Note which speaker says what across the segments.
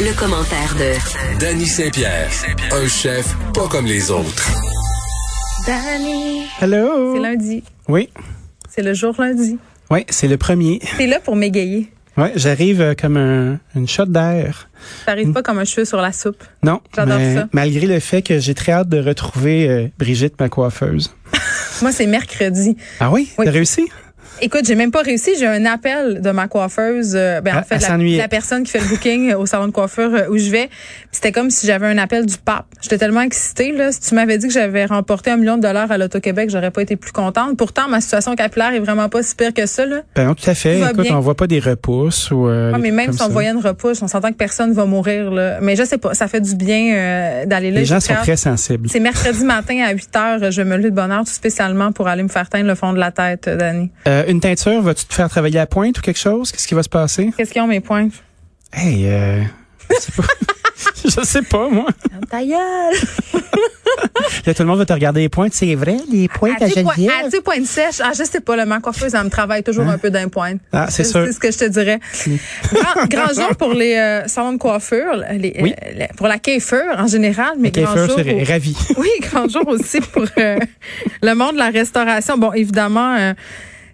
Speaker 1: le commentaire de
Speaker 2: Danny Saint-Pierre, un chef pas comme les autres.
Speaker 3: Danny.
Speaker 4: Hello.
Speaker 3: C'est lundi.
Speaker 4: Oui.
Speaker 3: C'est le jour lundi.
Speaker 4: Oui, c'est le premier.
Speaker 3: T'es là pour m'égayer.
Speaker 4: Ouais, j'arrive euh, comme un, une shot d'air.
Speaker 3: T'arrives pas comme un cheveu sur la soupe.
Speaker 4: Non,
Speaker 3: J'adore
Speaker 4: mais
Speaker 3: ça.
Speaker 4: malgré le fait que j'ai très hâte de retrouver euh, Brigitte, ma coiffeuse.
Speaker 3: Moi, c'est mercredi.
Speaker 4: Ah oui,
Speaker 3: Oui.
Speaker 4: t'as réussi?
Speaker 3: Écoute, j'ai même pas réussi. J'ai un appel de ma coiffeuse. euh, ben, en
Speaker 4: Elle-
Speaker 3: fait,
Speaker 4: elle
Speaker 3: la,
Speaker 4: s'ennuyait.
Speaker 3: la personne qui fait le booking euh, au salon de coiffure euh, où je vais. Puis C'était comme si j'avais un appel du pape. J'étais tellement excitée. Là. Si tu m'avais dit que j'avais remporté un million de dollars à l'Auto-Québec, j'aurais pas été plus contente. Pourtant, ma situation capillaire est vraiment pas si pire que ça. Là.
Speaker 4: Ben non, tout à fait.
Speaker 3: Tout va
Speaker 4: Écoute,
Speaker 3: bien.
Speaker 4: on voit pas des repousses ou. euh,
Speaker 3: Ah,
Speaker 4: des
Speaker 3: mais
Speaker 4: trucs
Speaker 3: même
Speaker 4: comme
Speaker 3: si on
Speaker 4: ça.
Speaker 3: voyait une repousse, on s'entend que personne va mourir. Là. Mais je sais pas, ça fait du bien euh, d'aller là.
Speaker 4: Les gens
Speaker 3: J'ai
Speaker 4: sont
Speaker 3: hâte.
Speaker 4: très sensibles.
Speaker 3: C'est mercredi matin à 8 heures. Je me lève de bonne heure tout spécialement pour aller me faire teindre le fond de la tête, euh, Dani.
Speaker 4: Euh, une teinture, vas-tu te faire travailler à la pointe ou quelque chose? Qu'est-ce qui va se passer?
Speaker 3: Qu'est-ce qu'ils ont mes points?
Speaker 4: Hey, euh, je sais pas. je sais pas, moi.
Speaker 3: Ta gueule!
Speaker 4: Là, tout le monde va te regarder les pointes. C'est vrai, les pointes à
Speaker 3: As-tu point-
Speaker 4: Geneviève?
Speaker 3: as-tu pointe sèche? Ah, je sais pas, le ma coiffeuse, elle me travaille toujours un peu d'un point.
Speaker 4: Ah, Hein? c'est sûr.
Speaker 3: C'est ce que je te dirais. Grand, grand jour pour les euh, salons de coiffure, les,
Speaker 4: Oui.
Speaker 3: euh, les- pour la coiffure en général, mais
Speaker 4: Ok,
Speaker 3: grand
Speaker 4: Fer,
Speaker 3: jour
Speaker 4: c'est
Speaker 3: pour-
Speaker 4: ravi.
Speaker 3: Oui, grand jour aussi pour euh, le monde de la restauration. Bon, évidemment, euh,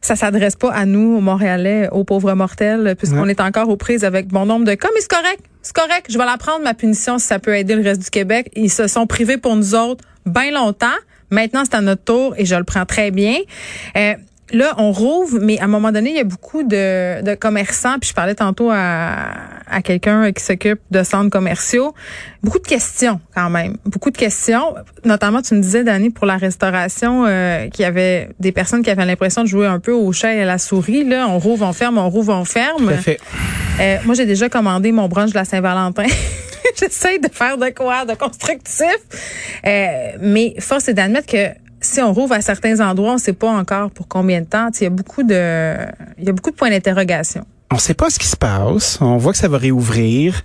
Speaker 3: ça s'adresse pas à nous, aux Montréalais, aux pauvres mortels, puisqu'on
Speaker 4: Ouais.
Speaker 3: est encore aux prises avec bon nombre de cas. Mais c'est correct, c'est correct. Je vais la prendre, ma punition, si ça peut aider le reste du Québec. Ils se sont privés pour nous autres bien longtemps. Maintenant, c'est à notre tour et je le prends très bien. Euh, Là, on rouvre, mais à un moment donné, il y a beaucoup de, de commerçants. Puis je parlais tantôt à, à quelqu'un qui s'occupe de centres commerciaux. Beaucoup de questions quand même. Beaucoup de questions. Notamment, tu me disais, Dani, pour la restauration, euh, qu'il y avait des personnes qui avaient l'impression de jouer un peu au chat et à la souris. Là, on rouvre, on ferme, on rouvre, on ferme.
Speaker 4: Tout à fait.
Speaker 3: Euh, moi, j'ai déjà commandé mon brunch de la Saint-Valentin. J'essaie de faire de quoi, de constructif. Euh, mais force est d'admettre que si on rouvre à certains endroits, on ne sait pas encore pour combien de temps. Tu sais, Il y a beaucoup de, il y a beaucoup de points d'interrogation.
Speaker 4: On sait pas ce qui se passe. On voit que ça va réouvrir.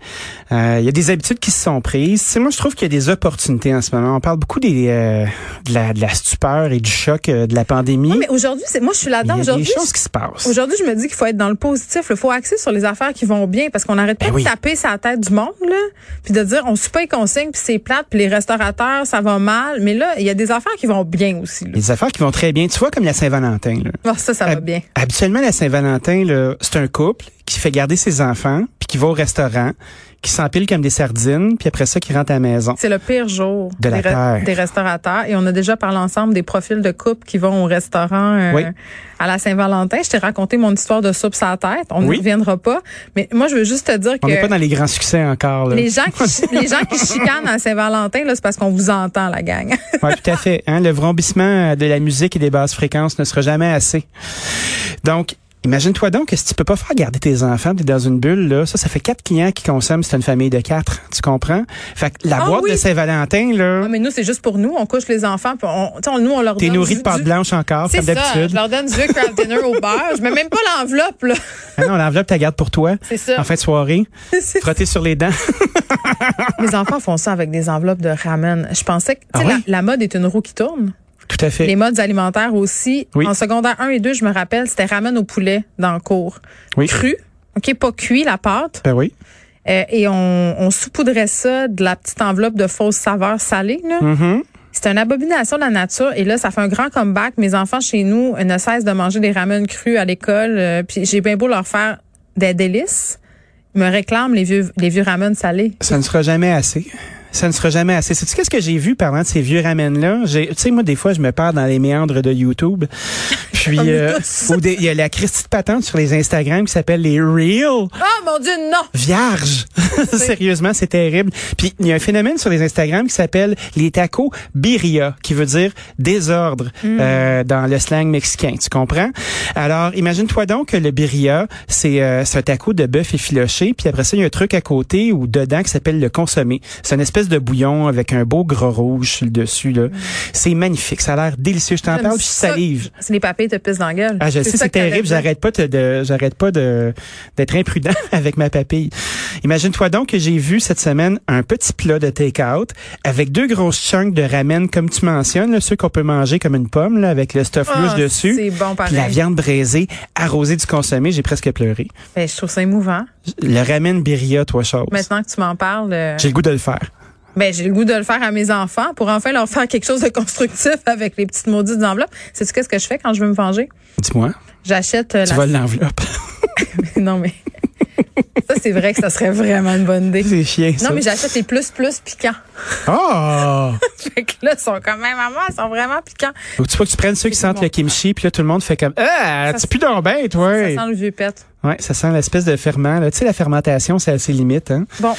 Speaker 4: Euh, Il y a des habitudes qui se sont prises. Tu sais, moi, je trouve qu'il y a des opportunités en ce moment. On parle beaucoup des, euh, de, la, de la stupeur et du choc euh, de la pandémie.
Speaker 3: Non, mais aujourd'hui, c'est, moi, je suis
Speaker 4: Il
Speaker 3: là-dedans.
Speaker 4: y a des
Speaker 3: Aujourd'hui,
Speaker 4: choses qui se passent.
Speaker 3: Aujourd'hui, je me dis qu'il faut être dans le positif. Il faut axer sur les affaires qui vont bien parce qu'on n'arrête pas
Speaker 4: Ben oui.
Speaker 3: de taper sur la tête du monde, là, puis de dire on suit pas les consignes, puis c'est plate, puis les restaurateurs, ça va mal. Mais là, il y a des affaires qui vont bien aussi.
Speaker 4: Il y
Speaker 3: Là.
Speaker 4: a des affaires qui vont très bien. Tu vois, comme la Saint-Valentin. là.
Speaker 3: Ah, ça, ça va
Speaker 4: Hab-
Speaker 3: bien.
Speaker 4: Habituellement, la Saint-Valentin, là, c'est un couple qui fait garder ses enfants, puis qui va au restaurant, qui s'empile comme des sardines, puis après ça, qui rentre à la maison.
Speaker 3: C'est le pire jour
Speaker 4: De la
Speaker 3: des,
Speaker 4: terre.
Speaker 3: des restaurateurs. Et on a déjà parlé ensemble des profils de couples qui vont au restaurant euh,
Speaker 4: Oui.
Speaker 3: à la Saint-Valentin. Je t'ai raconté mon histoire de soupe sans tête. On ne
Speaker 4: Oui.
Speaker 3: reviendra pas. Mais moi, je veux juste te dire
Speaker 4: On n'est
Speaker 3: que
Speaker 4: pas dans les grands succès encore. Là.
Speaker 3: les gens, qui, chi- les gens qui chicanent à Saint-Valentin, là, c'est parce qu'on vous entend, la gang.
Speaker 4: Oui, tout à fait. Hein, le vrombissement de la musique et des basses fréquences ne sera jamais assez. Donc, imagine-toi donc que si tu peux pas faire garder tes enfants, tu es dans une bulle, là, ça, ça fait quatre clients qui consomment, c'est une famille de quatre. Tu comprends? Fait que la
Speaker 3: Ah
Speaker 4: boîte
Speaker 3: oui.
Speaker 4: de Saint-Valentin, là,
Speaker 3: Ah, mais nous, c'est juste pour nous. On couche les enfants. Puis on, tu sais, on- nous, on leur
Speaker 4: t'es
Speaker 3: donne
Speaker 4: nourri
Speaker 3: du-
Speaker 4: de pâte
Speaker 3: du-
Speaker 4: blanche encore,
Speaker 3: C'est
Speaker 4: comme
Speaker 3: ça. Je
Speaker 4: d'habitude.
Speaker 3: leur donne du crab dinner au beurre. Je mets même pas l'enveloppe, là.
Speaker 4: Ah non, l'enveloppe, tu la gardes pour toi.
Speaker 3: C'est ça.
Speaker 4: En fin de soirée,
Speaker 3: C'est
Speaker 4: frotter sur les dents.
Speaker 3: Les enfants font ça avec des enveloppes de ramen. Je pensais que, tu sais,
Speaker 4: Ah oui?
Speaker 3: la- la mode est une roue qui tourne.
Speaker 4: Tout à fait.
Speaker 3: Les modes alimentaires aussi.
Speaker 4: Oui.
Speaker 3: En secondaire 1 et 2, je me rappelle, c'était ramen au poulet dans le cours.
Speaker 4: Oui.
Speaker 3: Cru. OK, pas cuit, la pâte.
Speaker 4: Ben oui.
Speaker 3: Euh, et on, on saupoudrait ça de la petite enveloppe de fausse saveur salée. Là.
Speaker 4: Mm-hmm.
Speaker 3: C'est une abomination de la nature. Et là, ça fait un grand comeback. Mes enfants chez nous euh, ne cessent de manger des ramen crus à l'école. euh, puis j'ai bien beau leur faire des délices. Ils me réclament les vieux, les vieux ramen salés.
Speaker 4: Ça ne sera jamais assez. Ça ne sera jamais assez. Sais-tu qu'est-ce que j'ai vu parlant de ces vieux ramen-là? J'ai- Tu sais, moi, des fois, je me perds dans les méandres de YouTube. Puis,
Speaker 3: Comme
Speaker 4: euh,
Speaker 3: tous.
Speaker 4: ou des- il y a la Christie de Patente sur les Instagram qui s'appelle les Reels.
Speaker 3: Oh mon Dieu, non!
Speaker 4: Vierge! Sérieusement, c'est terrible. Puis, il y a un phénomène sur les Instagram qui s'appelle les tacos birria, qui veut dire désordre
Speaker 3: Mm.
Speaker 4: euh, dans le slang mexicain. Tu comprends? Alors, imagine-toi donc que le birria, c'est euh, c'est un taco de bœuf effiloché. Puis après ça, il y a un truc à côté ou dedans qui s'appelle le consommé. C'est une espèce de bouillon avec un beau gros rouge sur le dessus. là. C'est magnifique. Ça a l'air délicieux. Je t'en
Speaker 3: Mm. J'aime
Speaker 4: parle, puis je
Speaker 3: ça.
Speaker 4: salive.
Speaker 3: C'est les papiers te pissent dans la gueule.
Speaker 4: Ah, je sais,
Speaker 3: ça
Speaker 4: c'est
Speaker 3: que t'allais
Speaker 4: terrible.
Speaker 3: dire.
Speaker 4: J'arrête pas de, de- j'arrête pas de, d'être imprudent avec ma papille. Imagine-toi Dis-toi donc que j'ai vu cette semaine un petit plat de take-out avec deux grosses chunks de ramen, comme tu mentionnes, là, ceux qu'on peut manger comme une pomme, là, avec le stuff
Speaker 3: Ah,
Speaker 4: rouge dessus.
Speaker 3: c'est bon
Speaker 4: Puis
Speaker 3: pareil.
Speaker 4: la viande braisée, arrosée du consommé, j'ai presque pleuré.
Speaker 3: Ben, je trouve ça émouvant.
Speaker 4: Le ramen birria, toi, chose.
Speaker 3: Maintenant que tu m'en parles, euh,
Speaker 4: J'ai le goût de le faire.
Speaker 3: ben, j'ai le goût de le faire à mes enfants pour enfin leur faire quelque chose de constructif avec les petites maudites enveloppes. Sais-tu qu'est-ce que je fais quand je veux me venger?
Speaker 4: Dis-moi,
Speaker 3: J'achète euh,
Speaker 4: tu
Speaker 3: la...
Speaker 4: voles l'enveloppe.
Speaker 3: non, mais... ça, c'est vrai que ça serait vraiment une bonne idée.
Speaker 4: c'est chiant, ça.
Speaker 3: Non, mais j'achète les plus plus piquants.
Speaker 4: Oh!
Speaker 3: fait que là, ils sont quand même à moi, ils sont vraiment piquants.
Speaker 4: Faut que tu, faut que tu prennes ceux qui sentent le kimchi, puis là, tout le monde fait comme, ah, tu plus d'or bête, ouais.
Speaker 3: Ça sent le vieux pet.
Speaker 4: Ouais, ça sent l'espèce de ferment, là. Tu sais, la fermentation, c'est à ses limites, hein.
Speaker 3: Bon.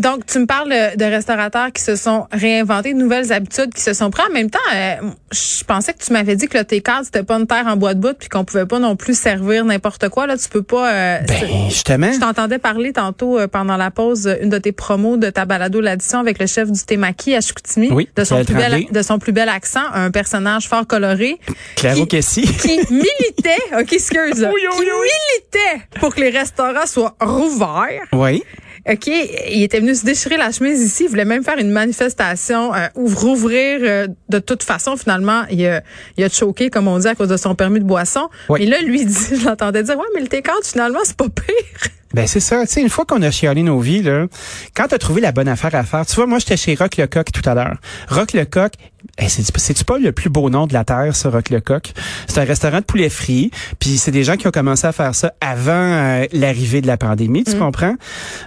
Speaker 3: Donc, tu me parles euh, de restaurateurs qui se sont réinventés, de nouvelles habitudes qui se sont prises. En même temps, euh, je pensais que tu m'avais dit que le T4, c'était pas une terre en bois de bout puis qu'on pouvait pas non plus servir n'importe quoi. Là, tu peux pas... euh,
Speaker 4: Ben,
Speaker 3: c'est-
Speaker 4: justement.
Speaker 3: je t'entendais parler tantôt euh, pendant la pause, euh, une de tes promos de ta balado L'Addition avec le chef du Témaki à Chicoutimi.
Speaker 4: Oui,
Speaker 3: de son,
Speaker 4: Gaël
Speaker 3: plus bel,
Speaker 4: Tremblay.
Speaker 3: de son plus bel accent, un personnage fort coloré
Speaker 4: Claro
Speaker 3: Qui-
Speaker 4: que si.
Speaker 3: qui militait, OK, excuse, là,
Speaker 4: Oui, oui,
Speaker 3: qui
Speaker 4: oui.
Speaker 3: militait pour que les restaurants soient rouverts.
Speaker 4: Oui.
Speaker 3: OK, il était venu se déchirer la chemise ici. Il voulait même faire une manifestation, euh, ouvre- rouvrir euh, de toute façon. Finalement, il a, il a choqué, comme on dit, à cause de son permis de boisson.
Speaker 4: Oui.
Speaker 3: Mais là, lui, il dit, je l'entendais dire, ouais, mais le T4, finalement, c'est pas pire.
Speaker 4: Ben, c'est ça. Tu sais, une fois qu'on a chialé nos vies, là, quand t'as trouvé la bonne affaire à faire, tu vois, moi, j'étais chez Rock Lecoq tout à l'heure. Rock Lecoq, eh, c'est- c'est-tu pas le plus beau nom de la Terre, ce Rock Lecoq? C'est un restaurant de poulet frit, puis c'est des gens qui ont commencé à faire ça avant euh, l'arrivée de la pandémie, tu comprends?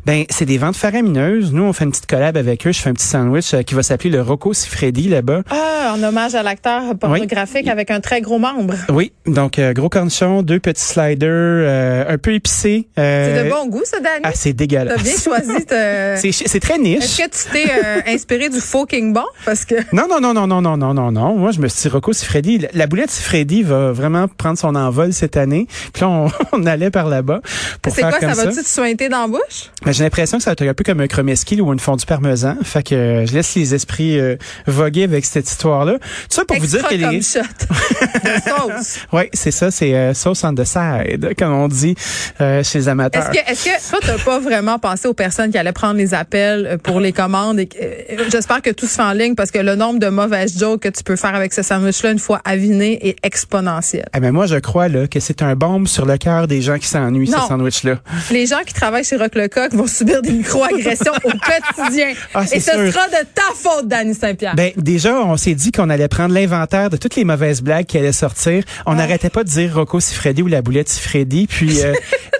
Speaker 4: Ben, c'est des ventes faramineuses. Nous, on fait une petite collab avec eux. Je fais un petit sandwich euh, qui va s'appeler le Rocco Sifredi, là-bas.
Speaker 3: Ah, en hommage à l'acteur
Speaker 4: pornographique
Speaker 3: avec un très gros membre.
Speaker 4: Oui, donc euh, gros cornichon, deux petits sliders, euh, un peu épicé. euh,
Speaker 3: C'est de bon goût, ça, Dani.
Speaker 4: Ah, c'est
Speaker 3: T'as
Speaker 4: dégueulasse.
Speaker 3: bien choisi. te-
Speaker 4: C'est chi- c'est très niche.
Speaker 3: Est-ce que tu t'es euh, inspiré du faux King Bon? Parce que
Speaker 4: Non, non, non, non, non, non, non, non, non. Moi, je me suis dit, Rocco Siffredi, la- la boulette Siffredi va vraiment prendre son envol cette année. Puis là, on, on allait par là-bas pour
Speaker 3: c'est
Speaker 4: faire
Speaker 3: quoi, ça
Speaker 4: comme ça.
Speaker 3: va-tu te sointer dans la bouche?
Speaker 4: Mais J'ai l'impression que ça va être un peu comme un cremeski ou une fondue parmesan. Fait que euh, je laisse les esprits euh, voguer avec cette histoire-là. Tout ça pour
Speaker 3: Extra
Speaker 4: vous dire que
Speaker 3: comme
Speaker 4: les...
Speaker 3: shot de sauce.
Speaker 4: Ouais, c'est ça, c'est euh, sauce on the side, comme on dit euh, chez les amateurs.
Speaker 3: Est-ce que, est-ce que, toi, t'as pas vraiment pensé aux personnes qui allaient prendre les appels euh, pour les commandes? et que- euh, J'espère que tout se fait en ligne parce que le nombre de mauvaises jokes que tu peux faire avec ce sandwich-là une fois aviné est exponentiel.
Speaker 4: Ah, mais moi, je crois là, que c'est un bombe sur le cœur des gens qui s'ennuient, ce
Speaker 3: Non.
Speaker 4: sandwich-là.
Speaker 3: Les gens qui travaillent chez Rock Lecoq vont subir des micro-agressions au quotidien.
Speaker 4: Ah, c'est
Speaker 3: et ce
Speaker 4: sûr.
Speaker 3: sera de ta faute, Danny Saint-Pierre.
Speaker 4: Ben, déjà, on s'est dit qu'on allait prendre l'inventaire de toutes les mauvaises blagues qui allaient sortir. On n'arrêtait pas de dire Rocco Siffredi ou la boulette Siffredi. Puis, euh,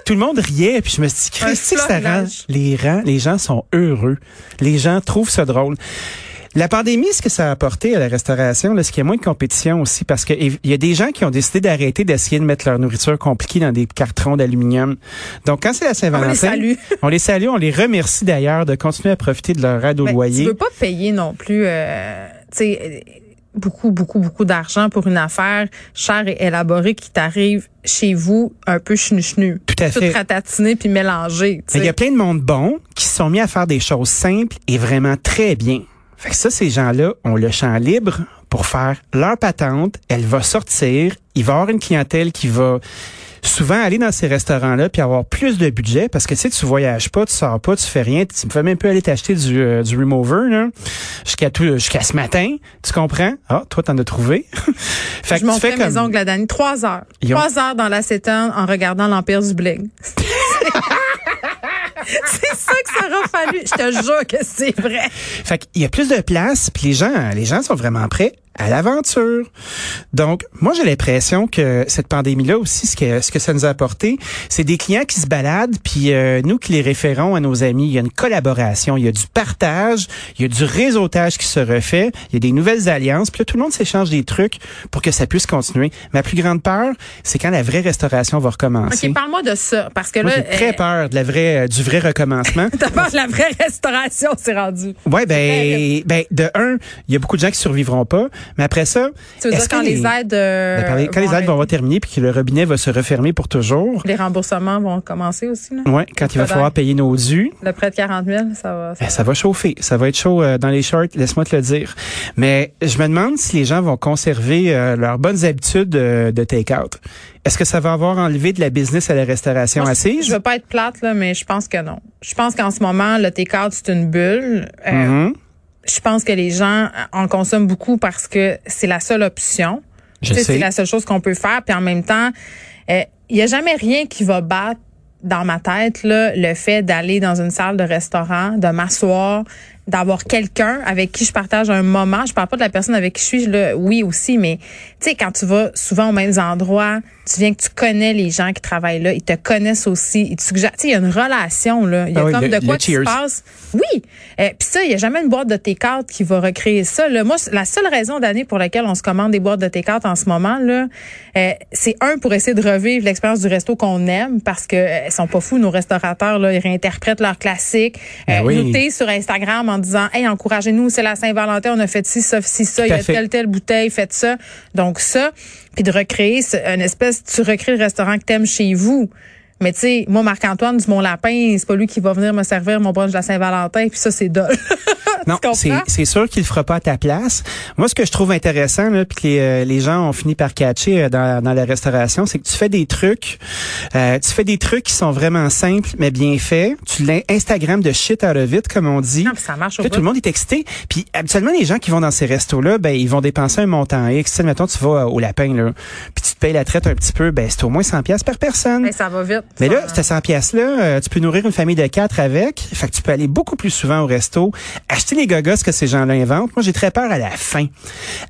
Speaker 4: tout le monde riait. Puis, je me suis dit, Christy, que ça rend,
Speaker 3: florilège.
Speaker 4: les, rangs, les gens sont heureux. Les gens trouvent ça drôle. La pandémie, ce que ça a apporté à la restauration, là, c'est qu'il y a moins de compétition aussi, parce que il y a des gens qui ont décidé d'arrêter d'essayer de mettre leur nourriture compliquée dans des cartons d'aluminium. Donc, quand c'est la Saint-Valentin,
Speaker 3: On les salue.
Speaker 4: on les salue, on les remercie d'ailleurs de continuer à profiter de leur aide au
Speaker 3: Ben,
Speaker 4: loyer.
Speaker 3: Tu veux pas payer non plus, euh, tu sais, euh, beaucoup, beaucoup, beaucoup d'argent pour une affaire chère et élaborée qui t'arrive chez vous un peu chenu-chenu.
Speaker 4: Tout à fait.
Speaker 3: Tout ratatinée puis mélangée. tu
Speaker 4: Mais il y a
Speaker 3: sais.
Speaker 4: plein de monde bon qui se sont mis à faire des choses simples et vraiment très bien. Fait que ça, ces gens-là ont le champ libre pour faire leur patente. Elle va sortir. Il va y avoir une clientèle qui va souvent aller dans ces restaurants-là puis avoir plus de budget parce que tu sais, tu voyages pas, tu sors pas, tu fais rien. Tu me fais même plus aller t'acheter du, euh, du remover, là, jusqu'à tout, jusqu'à ce matin. Tu comprends? Ah, toi, t'en as trouvé. fait
Speaker 3: je montrais mes ongles à Dani. Trois heures.
Speaker 4: Ils ont-
Speaker 3: Trois heures dans l'acétone en regardant l'Empire du Bling. c'est ça que ça aura fallu. Je te jure que c'est vrai.
Speaker 4: Fait qu'il y a plus de place, puis les gens, les gens sont vraiment prêts à l'aventure. Donc, moi, j'ai l'impression que cette pandémie-là aussi, ce que, ce que ça nous a apporté, c'est des clients qui se baladent, puis euh, nous qui les référons à nos amis, il y a une collaboration, il y a du partage, il y a du réseautage qui se refait, il y a des nouvelles alliances, puis là, tout le monde s'échange des trucs pour que ça puisse continuer. Ma plus grande peur, c'est quand la vraie restauration va recommencer.
Speaker 3: OK, parle-moi de ça. Parce que
Speaker 4: Moi,
Speaker 3: là,
Speaker 4: j'ai très
Speaker 3: euh,
Speaker 4: peur de la vraie, du vrai recommencement.
Speaker 3: t'as peur de la vraie restauration, c'est rendu.
Speaker 4: Ouais, ben,
Speaker 3: terrible.
Speaker 4: ben, de un, il y a beaucoup de gens qui survivront pas, mais après ça,
Speaker 3: Tu veux
Speaker 4: est-ce
Speaker 3: dire quand
Speaker 4: que
Speaker 3: les aides. euh,
Speaker 4: ben, parler- quand les aides vont
Speaker 3: arrêter?
Speaker 4: avoir terminé puis que le robinet va se refermer pour toujours,
Speaker 3: Les remboursements vont commencer aussi. Là.
Speaker 4: ouais, quand il va
Speaker 3: Faudrait.
Speaker 4: falloir payer nos dus,
Speaker 3: Le prêt de 40 000, ça va. ça
Speaker 4: ben, ça va chauffer, ça va être chaud euh, dans les shorts, laisse-moi te le dire. Mais je me demande si les gens vont conserver euh, leurs bonnes habitudes euh, de take-out. Est-ce que ça va avoir enlevé de la business à la restauration
Speaker 3: Moi, je-
Speaker 4: assise?
Speaker 3: Je veux pas être plate, là, mais je pense que non. je pense qu'en ce moment, le take-out, c'est une bulle. Euh,
Speaker 4: Mhm.
Speaker 3: Je pense que les gens en consomment beaucoup parce que c'est la seule option.
Speaker 4: Je
Speaker 3: Tu sais,
Speaker 4: sais.
Speaker 3: C'est la seule chose qu'on peut faire. Puis en même temps, euh, il y a jamais rien qui va battre dans ma tête là, le fait d'aller dans une salle de restaurant, de m'asseoir, d'avoir quelqu'un avec qui je partage un moment. Je parle pas de la personne avec qui je suis, là, oui aussi, mais tu sais, quand tu vas souvent aux mêmes endroits, tu viens que tu connais les gens qui travaillent là, ils te connaissent aussi, ils te suggèrent. Tu sais, il y a une relation là. Il y a
Speaker 4: Ah oui,
Speaker 3: comme
Speaker 4: le-
Speaker 3: de quoi
Speaker 4: le
Speaker 3: qui se
Speaker 4: cheers.
Speaker 3: passe. Oui. Euh, Puis ça, il n'y a jamais une boîte de take-out qui va recréer ça. Là. Moi, c'est la seule raison d'année pour laquelle on se commande des boîtes de take-out en ce moment, là, euh, c'est un pour essayer de revivre l'expérience du resto qu'on aime parce que euh, ils sont pas fous, nos restaurateurs, là, ils réinterprètent leurs classiques. Euh,
Speaker 4: Ben oui.
Speaker 3: noter sur Instagram en disant Hey, encouragez-nous, c'est la Saint-Valentin, on a fait ci, ça, ci, ça,
Speaker 4: Tout
Speaker 3: il y
Speaker 4: à
Speaker 3: a
Speaker 4: fait.
Speaker 3: telle, telle bouteille, faites ça. Donc ça, puis de recréer ce- une espèce, tu recrées le restaurant que t'aimes chez vous. Mais tu sais, moi, Marc-Antoine, du Mon Lapin, c'est pas lui qui va venir me servir mon brunch de la Saint-Valentin, puis ça, c'est dole.
Speaker 4: Non,
Speaker 3: comprends?
Speaker 4: c'est c'est sûr qu'il le fera pas à ta place. Moi, ce que je trouve intéressant, là, puis que les, euh, les gens ont fini par catcher euh, dans, dans la restauration, c'est que tu fais des trucs, euh, tu fais des trucs qui sont vraiment simples mais bien faits. Tu l'in- Instagram de shit out of it, comme on dit.
Speaker 3: Non, puis ça marche au
Speaker 4: Là,
Speaker 3: bout.
Speaker 4: tout le monde est excité. Puis habituellement, les gens qui vont dans ces restos-là, ben ils vont dépenser un montant X. Tu sais, mettons, tu vas euh, au lapin, là, puis tu te payes la traite un petit peu, ben c'est au moins 100 pièces par personne.
Speaker 3: Hey, Ben, ça va vite.
Speaker 4: Mais
Speaker 3: Ça-
Speaker 4: là, cette 100 pièces-là, euh, tu peux nourrir une famille de quatre avec. Fait que tu peux aller beaucoup plus souvent au resto, acheter les gogos que ces gens-là inventent. Moi, j'ai très peur à la fin,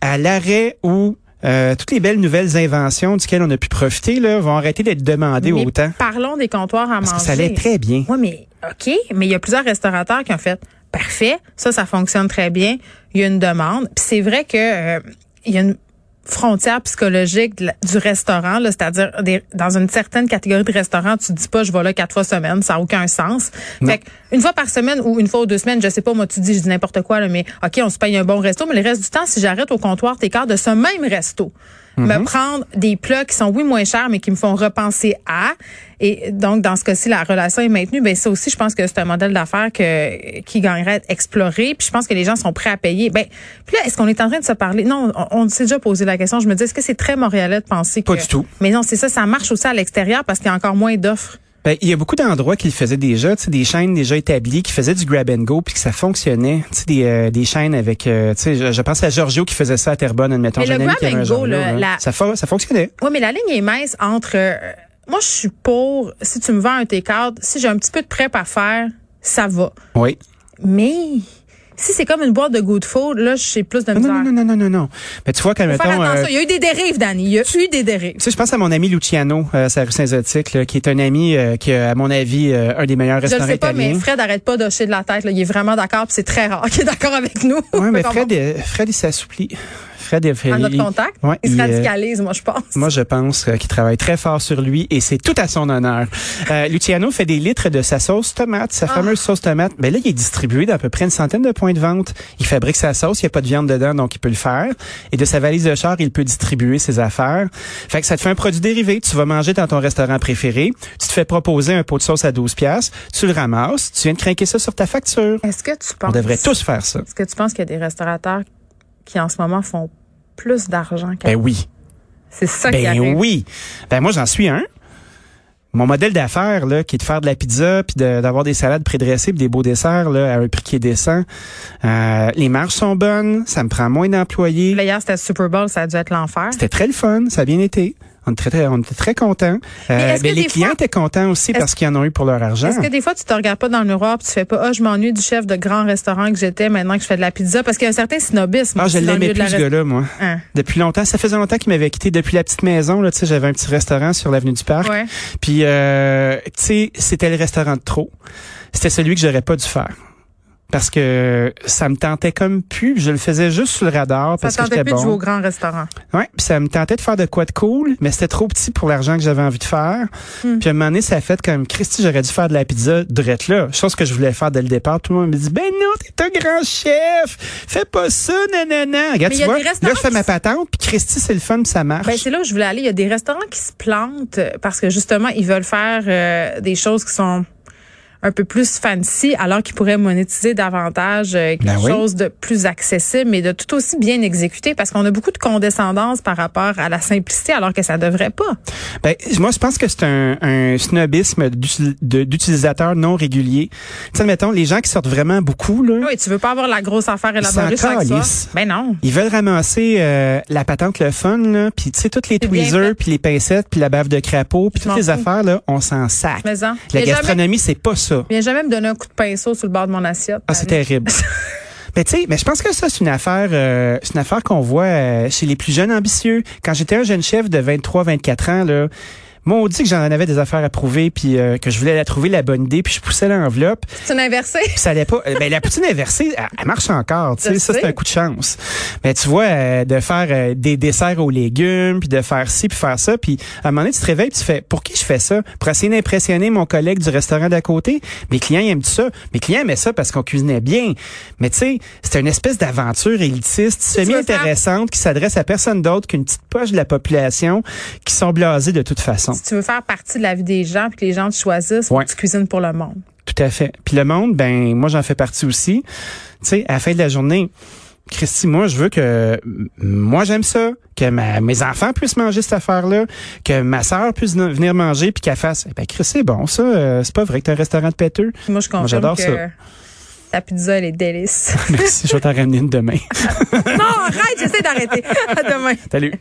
Speaker 4: à l'arrêt où euh, toutes les belles nouvelles inventions duquel on a pu profiter là, vont arrêter d'être demandées
Speaker 3: Mais
Speaker 4: autant.
Speaker 3: Parlons des comptoirs à manger.
Speaker 4: Parce que ça allait très bien.
Speaker 3: Oui, mais OK, mais il y a plusieurs restaurateurs qui ont fait parfait, ça, ça fonctionne très bien, il y a une demande. Puis c'est vrai que euh, il y a une frontière psychologique de la- du restaurant, là, c'est-à-dire des- dans une certaine catégorie de restaurants, tu te dis pas je vais là quatre fois semaine, ça a aucun sens. Fait que une fois par semaine ou une fois ou deux semaines, je sais pas, moi tu dis je dis n'importe quoi là, mais ok on se paye un bon resto, mais le reste du temps si j'arrête au comptoir t'es quart de ce même resto,
Speaker 4: Mhm.
Speaker 3: me prendre des plats qui sont oui moins chers mais qui me font repenser à et donc dans ce cas-ci la relation est maintenue, ben ça aussi je pense que c'est un modèle d'affaires que qui gagnerait à être exploré, puis je pense que les gens sont prêts à payer. Ben puis là est-ce qu'on est en train de se parler Non, on, on s'est déjà posé la question, je me dis est-ce que c'est très montréalais de penser
Speaker 4: Pas
Speaker 3: que-
Speaker 4: du tout.
Speaker 3: Mais non, c'est ça, ça marche aussi à l'extérieur parce qu'il y a encore moins d'offres.
Speaker 4: Ben, il y a beaucoup d'endroits qui le faisaient déjà, tu sais, des chaînes déjà établies qui faisaient du grab and go puis que ça fonctionnait, tu sais, des, euh, des chaînes avec, euh, tu sais, je, je pense à Giorgio qui faisait ça à Terrebonne, admettons.
Speaker 3: Mais
Speaker 4: J'ai
Speaker 3: le
Speaker 4: un ami
Speaker 3: grab
Speaker 4: qui avait
Speaker 3: and
Speaker 4: un
Speaker 3: go,
Speaker 4: genre
Speaker 3: là,
Speaker 4: là, hein.
Speaker 3: la-
Speaker 4: ça, fo- ça fonctionnait.
Speaker 3: Oui, mais la ligne est mince entre. euh, moi, je suis pour. Si tu me vends un T4, si j'ai un petit peu de prep à faire, ça va.
Speaker 4: Oui.
Speaker 3: Mais si c'est comme une boîte de good food, là, j'ai plus de
Speaker 4: Non,
Speaker 3: misère.
Speaker 4: non, non, non, non, non, non. Mais tu vois quand
Speaker 3: Faut
Speaker 4: mettons,
Speaker 3: faire attention.
Speaker 4: euh,
Speaker 3: Il y a eu des dérives, Danny. Il y a eu des dérives.
Speaker 4: Tu sais, je pense à mon ami Luciano, euh, sur la rue Saint-Zotique, là, qui est un ami euh, qui, a, à mon avis, euh, un des meilleurs
Speaker 3: Je le
Speaker 4: restaurants
Speaker 3: sais pas, mais
Speaker 4: italiens.
Speaker 3: Fred arrête pas d'hocher de la tête. Là. Il est vraiment d'accord, puis c'est très rare qu'il est d'accord avec nous.
Speaker 4: Ouais, mais
Speaker 3: Comme
Speaker 4: Fred, euh, Fred, il s'assouplit. Fred, il
Speaker 3: on- À
Speaker 4: fait.
Speaker 3: notre contact.
Speaker 4: Ouais,
Speaker 3: il se
Speaker 4: il, euh,
Speaker 3: radicalise, moi, je pense.
Speaker 4: Moi, je pense euh, qu'il travaille très fort sur lui et c'est tout à son honneur. Euh, Luciano fait des litres de sa sauce tomate, sa fameuse sauce tomate. Mais là, il est distribué dans à peu près une centaine de points de vente. Il fabrique sa sauce, il n'y a pas de viande dedans, donc il peut le faire. Et de sa valise de char, il peut distribuer ses affaires. Fait que ça te fait un produit dérivé. Tu vas manger dans ton restaurant préféré. Tu te fais proposer un pot de sauce à 12 piastres. Tu le ramasses. Tu viens de craquer ça sur ta facture.
Speaker 3: Est-ce que tu penses.
Speaker 4: On devrait tous faire ça.
Speaker 3: Est-ce que tu penses qu'il y a des restaurateurs qui, en ce moment, font plus d'argent qu'avant?
Speaker 4: Ben oui.
Speaker 3: C'est ça qui
Speaker 4: Ben
Speaker 3: arrive.
Speaker 4: oui. Ben moi, j'en suis un. Mon modèle d'affaires, là, qui est de faire de la pizza, puis de- d'avoir des salades prédressées, puis des beaux desserts, là, à un prix qui est décent. Euh, les marges sont bonnes, ça me prend moins d'employés.
Speaker 3: Là, hier, c'était le Super Bowl, ça a dû être l'enfer.
Speaker 4: C'était très le fun, ça a bien été. On était très, on était très contents. Euh,
Speaker 3: est-ce que
Speaker 4: les
Speaker 3: des
Speaker 4: clients
Speaker 3: fois-
Speaker 4: étaient contents aussi
Speaker 3: est-ce-
Speaker 4: parce qu'ils en ont eu pour leur argent.
Speaker 3: Est-ce que des fois, tu te regardes pas dans le miroir puis tu fais pas, ah, je m'ennuie du chef de grand restaurant que j'étais maintenant que je fais de la pizza? Parce qu'il y a un certain snobisme.
Speaker 4: Ah, je
Speaker 3: aussi dans le
Speaker 4: l'aimais
Speaker 3: milieu de la
Speaker 4: plus, ce
Speaker 3: rest-
Speaker 4: gars-là, moi.
Speaker 3: Hein.
Speaker 4: Depuis longtemps. Ça faisait longtemps qu'il m'avait quitté. Depuis la petite maison, là, tu sais, j'avais un petit restaurant sur l'avenue du Parc.
Speaker 3: Ouais.
Speaker 4: Puis, euh, tu sais, c'était le restaurant de trop. C'était celui que j'aurais pas dû faire. Parce que ça me tentait comme plus. Je le faisais juste sous le radar
Speaker 3: Ça
Speaker 4: parce que
Speaker 3: tentait
Speaker 4: j'étais
Speaker 3: plus de jouer au
Speaker 4: bon.
Speaker 3: grand restaurant.
Speaker 4: Ouais, puis ça me tentait de faire de quoi de cool, mais c'était trop petit pour l'argent que j'avais envie de faire.
Speaker 3: Hmm.
Speaker 4: Puis à un moment donné, ça a fait comme Christy, j'aurais dû faire de la pizza drette là. Chose que je voulais faire dès le départ. Tout le monde me dit Ben non, t'es un grand chef! Fais pas ça, nanana! Regarde,
Speaker 3: Mais il
Speaker 4: tu
Speaker 3: y a
Speaker 4: vois,
Speaker 3: des
Speaker 4: là
Speaker 3: restaurants
Speaker 4: je fais
Speaker 3: qui
Speaker 4: ma
Speaker 3: s-
Speaker 4: patente, puis Christy, c'est le fun, puis ça marche.
Speaker 3: Ben, c'est là où je voulais aller. Il y a des restaurants qui se plantent euh, parce que justement, ils veulent faire euh, des choses qui sont un peu plus fancy, alors qu'ils pourraient monétiser davantage euh, quelque
Speaker 4: Ben oui.
Speaker 3: chose de plus accessible, mais de tout aussi bien exécuté, parce qu'on a beaucoup de condescendance par rapport à la simplicité, alors que ça devrait pas.
Speaker 4: Ben, moi, je pense que c'est un, un snobisme d'util- de- d'utilisateurs non réguliers. Tu sais, mettons, les gens qui sortent vraiment beaucoup, là,
Speaker 3: Oui, tu veux pas avoir la grosse affaire élaborée
Speaker 4: s'en
Speaker 3: chaque soir.
Speaker 4: calissent.
Speaker 3: Ben non.
Speaker 4: ils veulent ramasser euh, la patente, le fun, là, puis tu sais, toutes les
Speaker 3: C'est bien fait.
Speaker 4: tweezers, puis les pincettes, puis la bave de crapaud, puis
Speaker 3: Je
Speaker 4: toutes
Speaker 3: m'en
Speaker 4: les
Speaker 3: fous.
Speaker 4: affaires, là, on s'en sac.
Speaker 3: Mais en-
Speaker 4: La
Speaker 3: Et jamais-
Speaker 4: gastronomie, c'est pas ça.
Speaker 3: Viens jamais me donner un coup de pinceau sur le bord de mon assiette.
Speaker 4: Ah, c'est terrible. Mais tu sais, mais je pense que ça c'est une affaire, euh, c'est une affaire qu'on voit euh, chez les plus jeunes ambitieux. Quand j'étais un jeune chef de 23-24 ans là, moi on dit que j'en avais des affaires à prouver, puis euh, que je voulais la trouver la bonne idée, puis je poussais l'enveloppe, puis
Speaker 3: C'est une inversée.
Speaker 4: ça allait pas. Mais la poutine inversée, elle, elle marche encore, tu
Speaker 3: Je
Speaker 4: sais, ça
Speaker 3: sais.
Speaker 4: c'est un coup de chance. Mais tu vois, euh, de faire euh, des desserts aux légumes, puis de faire ci, puis faire ça, puis à un moment donné tu te réveilles, puis tu fais, pour qui je fais ça Pour essayer d'impressionner mon collègue du restaurant d'à côté Mes clients ils aiment ça, mes clients aimaient ça parce qu'on cuisinait bien. Mais tu sais, c'était une espèce d'aventure élitiste,
Speaker 3: veux faire-
Speaker 4: semi-intéressante, qui s'adresse à personne d'autre qu'une petite poche de la population qui sont blasés de toute façon.
Speaker 3: Si tu veux faire partie de la vie des gens puis que les gens te choisissent, faut
Speaker 4: Ouais.
Speaker 3: que tu cuisines pour le monde.
Speaker 4: Tout à fait. Puis le monde, ben moi j'en fais partie aussi. Tu sais, à la fin de la journée, Christy, moi je veux que moi j'aime ça, que ma- mes enfants puissent manger cette affaire-là, que ma sœur puisse n- venir manger puis qu'elle fasse. Eh ben Christy, c'est bon ça. euh, c'est pas vrai que t'as un restaurant de pêteux.
Speaker 3: Puis moi, je confirme
Speaker 4: j'adore
Speaker 3: que
Speaker 4: ça.
Speaker 3: ta pizza, elle est délice.
Speaker 4: Merci, je vais t'en ramener une demain.
Speaker 3: non, arrête, j'essaie d'arrêter. À demain.
Speaker 4: Salut.